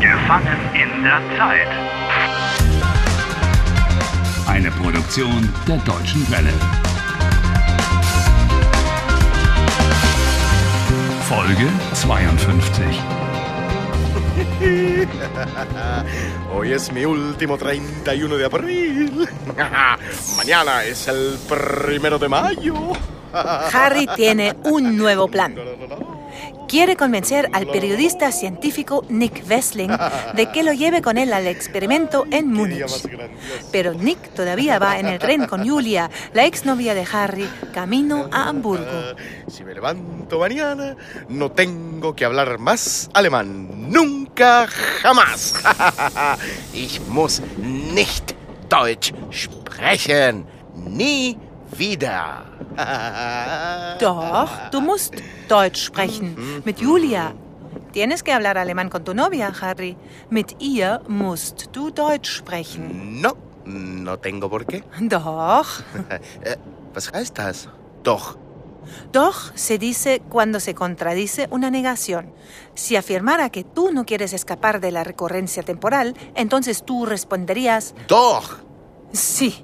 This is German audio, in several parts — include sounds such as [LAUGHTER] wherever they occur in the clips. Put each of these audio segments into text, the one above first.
Gefangen in der Zeit. Eine Produktion der Deutschen Welle. Folge 52. Hoy es mi último 31 de abril. [LAUGHS] Mañana es el primero de mayo. Harry tiene un nuevo plan. Quiere convencer al periodista científico Nick Wessling de que lo lleve con él al experimento en Múnich. Pero Nick todavía va en el tren con Julia, la exnovia de Harry, camino a Hamburgo. Si me levanto mañana, no tengo que hablar más alemán. Nunca jamás. [LAUGHS] Ich muss nicht Deutsch sprechen. Nie wieder. [LAUGHS] Doch, du musst Deutsch sprechen mit Julia. Tienes que hablar alemán con tu novia, Harry. Mit ihr musst du Deutsch sprechen. No, no tengo por qué. [LAUGHS] Doch. Eh, Was heißt das? Doch. Doch se dice cuando se contradice una negación. Si afirmara que tú no quieres escapar de la recurrencia temporal, entonces tú responderías Doch. sí.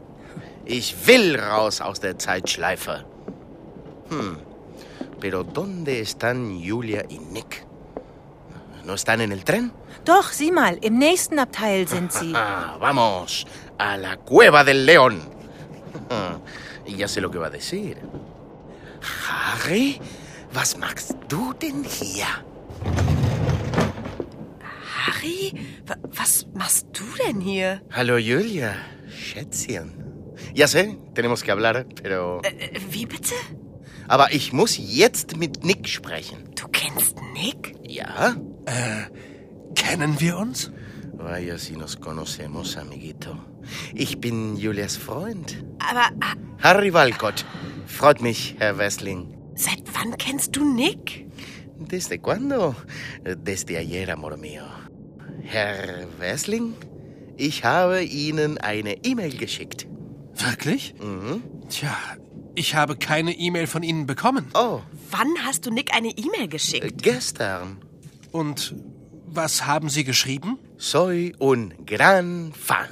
Ich will raus aus der Zeitschleife. Hm. Pero ¿dónde están Julia y Nick? ¿No están en el tren? Doch, sieh mal, im nächsten Abteil [LAUGHS] sind sie. Ah, vamos a la cueva del león. [LAUGHS] Y ya sé lo que va a decir. Harry, was machst du denn hier? Harry, wa- was machst du denn hier? Hallo Julia, Schätzchen. Ya sé, tenemos que hablar, pero... Äh, Wie bitte? Aber ich muss jetzt mit Nick sprechen. Du kennst Nick? Ja? Äh, Kennen wir uns? Vaya si nos conocemos, amiguito. Ich bin Julias Freund. Aber ah, Harry Walcott. Freut mich, Herr Wessling. seit wann kennst du Nick? ¿Desde cuándo? Desde ayer, amor mío. Herr Wessling, ich habe Ihnen eine E-Mail geschickt. Mhm. Wirklich? Tja, ich habe keine E-Mail von Ihnen bekommen. Oh, Wann hast du Nick eine E-Mail geschickt? gestern. Und was haben Sie geschrieben? Soy un gran fan.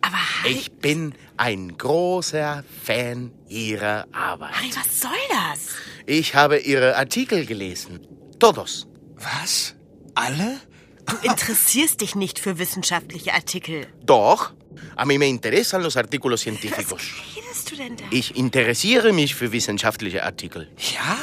Aber Harry, Ich bin ein großer Fan Ihrer Arbeit. Harry, was soll das? Ich habe Ihre Artikel gelesen. Todos. Was? Alle? Du interessierst dich nicht für wissenschaftliche Artikel. Doch, a mí me interesan los artículos científicos. Was redest du denn da? Ich interessiere mich für wissenschaftliche Artikel. Ja?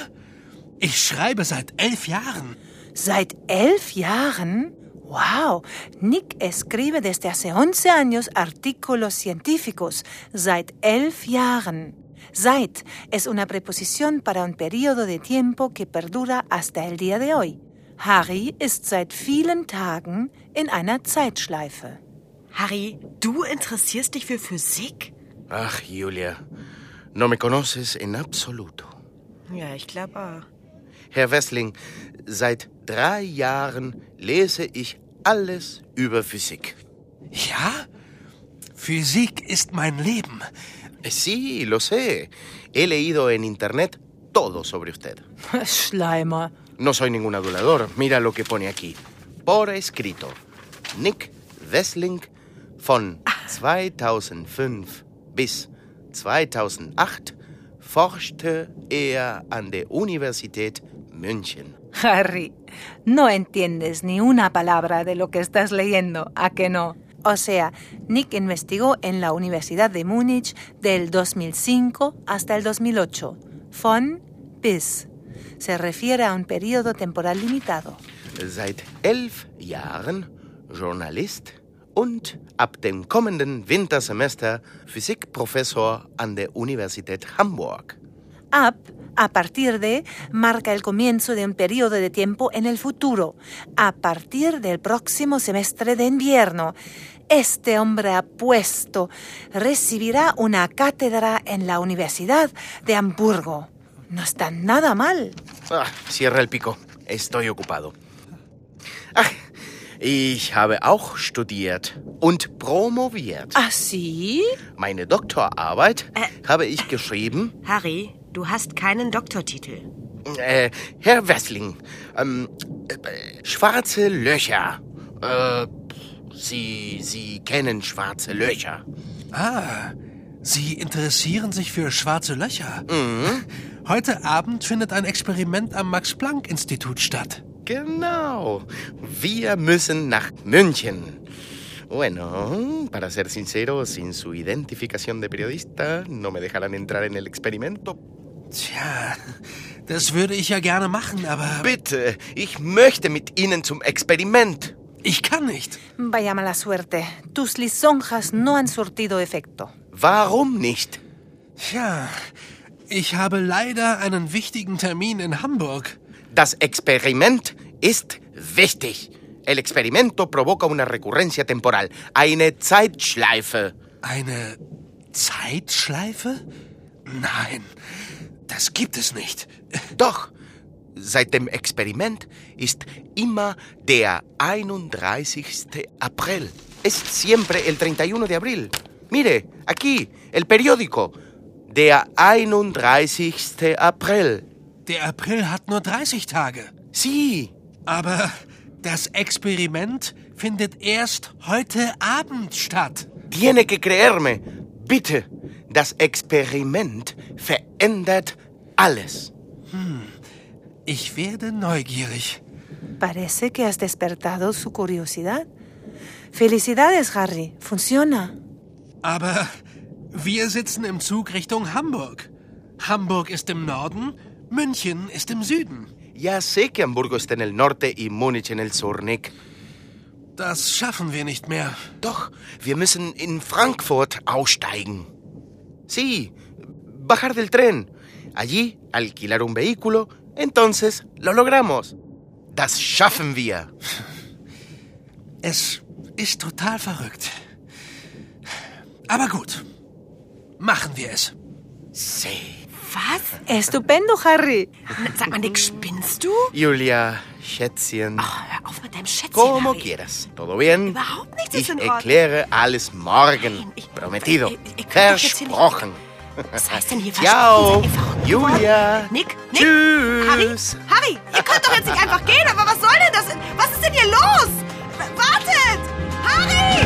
Ich schreibe seit elf Jahren. Seit elf Jahren? Wow, Nick escribe desde hace 11 años artículos científicos. Seit elf Jahren. Seit es una preposición para un periodo de tiempo que perdura hasta el día de hoy. Harry ist seit vielen Tagen in einer Zeitschleife. [LAUGHS] Harry, du interessierst dich für Physik? Ach, Julia, no me conoces en absoluto. Ja, ich glaube auch. Herr Wessling, seit drei Jahren lese ich alles über Physik. Ja? Physik ist mein Leben. Sí, lo sé. He leído en Internet todo sobre usted. Schleimer. No soy ningún adulador. Mira lo que pone aquí. Por escrito. Nick Wessling von 2005 bis 2008 forschte er an der Universität München. Harry, no entiendes ni una palabra de lo que estás leyendo, ¿a que no? O sea, Nick investigó en la Universidad de Múnich del 2005 hasta el 2008. Von bis. Se refiere a un periodo temporal limitado. Seit elf Jahren Journalist und ab dem kommenden Wintersemester Physikprofessor an der Universität Hamburg. Up, a partir de, marca el comienzo de un periodo de tiempo en el futuro, a partir del próximo semestre de invierno. Este hombre apuesto recibirá una cátedra en la Universidad de Hamburgo. No está nada mal. Ah, cierra el pico. Estoy ocupado. Ach, ich habe auch studiert und promoviert. ¿Ah, ¿Así? Meine Doktorarbeit habe ich geschrieben. Harry, du hast keinen Doktortitel. Äh, Herr Wessling, ähm, äh, schwarze Löcher. Äh, Sie, Sie kennen schwarze Löcher. Ah, Sie interessieren sich für schwarze Löcher. Mhm. [LAUGHS] Heute Abend findet ein Experiment am Max-Planck-Institut statt. Genau. Wir müssen nach München. Bueno, para ser sincero, sin su identificación de periodista, no me dejarán entrar en el experimento. Tja, das würde ich ja gerne machen, aber Bitte, ich möchte mit Ihnen zum Experiment. ich kann nicht. Vaya mala suerte. Tus lisonjas no han surtido efecto. Warum nicht? Tja, ich habe leider einen wichtigen Termin in Hamburg. Das Experiment ist wichtig. El experimento provoca una recurrencia temporal, eine Zeitschleife. Eine Zeitschleife? Nein, das gibt es nicht. Doch, seit dem Experiment ist immer der 31. April. Es siempre el 31 de abril. Mire, aquí, el periódico. Der 31. April. Der April hat nur 30 Tage. Sí. Aber das Experiment findet erst heute Abend statt. Tiene que creerme. Bitte, das Experiment verändert alles. Ich werde neugierig. Parece que has despertado su curiosidad. Felicidades, Harry. Funciona. Aber wir sitzen im Zug Richtung Hamburg. Hamburg ist im Norden, München ist im Süden. Ya sé que Hamburgo está en el norte y Múnich en el sur, Nick. Das schaffen wir nicht mehr. Doch, wir müssen in Frankfurt aussteigen. Sí, bajar del tren. Allí alquilar un vehículo. Entonces lo logramos. Das schaffen wir. Es ist total verrückt. Aber gut, machen wir es. Sí. Was? Estupendo, Harry. Sag mal, Nick, spinnst du? Julia, Schätzchen. Oh, hör auf mit deinem Schätzchen. Como Harry. quieras. ¿Todo bien? Überhaupt nichts Ich ist in Ordnung. erkläre alles morgen. Nein, ich- Prometido. ich- ich- ich kann doch jetzt hier nicht- Versprochen. Was heißt denn hier Ciao, versprochen? Seid ihr verrückt oh, Julia. geworden? Nick, Nick, Tschüss. Harry, Harry, ihr könnt doch jetzt nicht einfach gehen, aber was soll denn das? Was ist denn hier los? W- Wartet! Harry!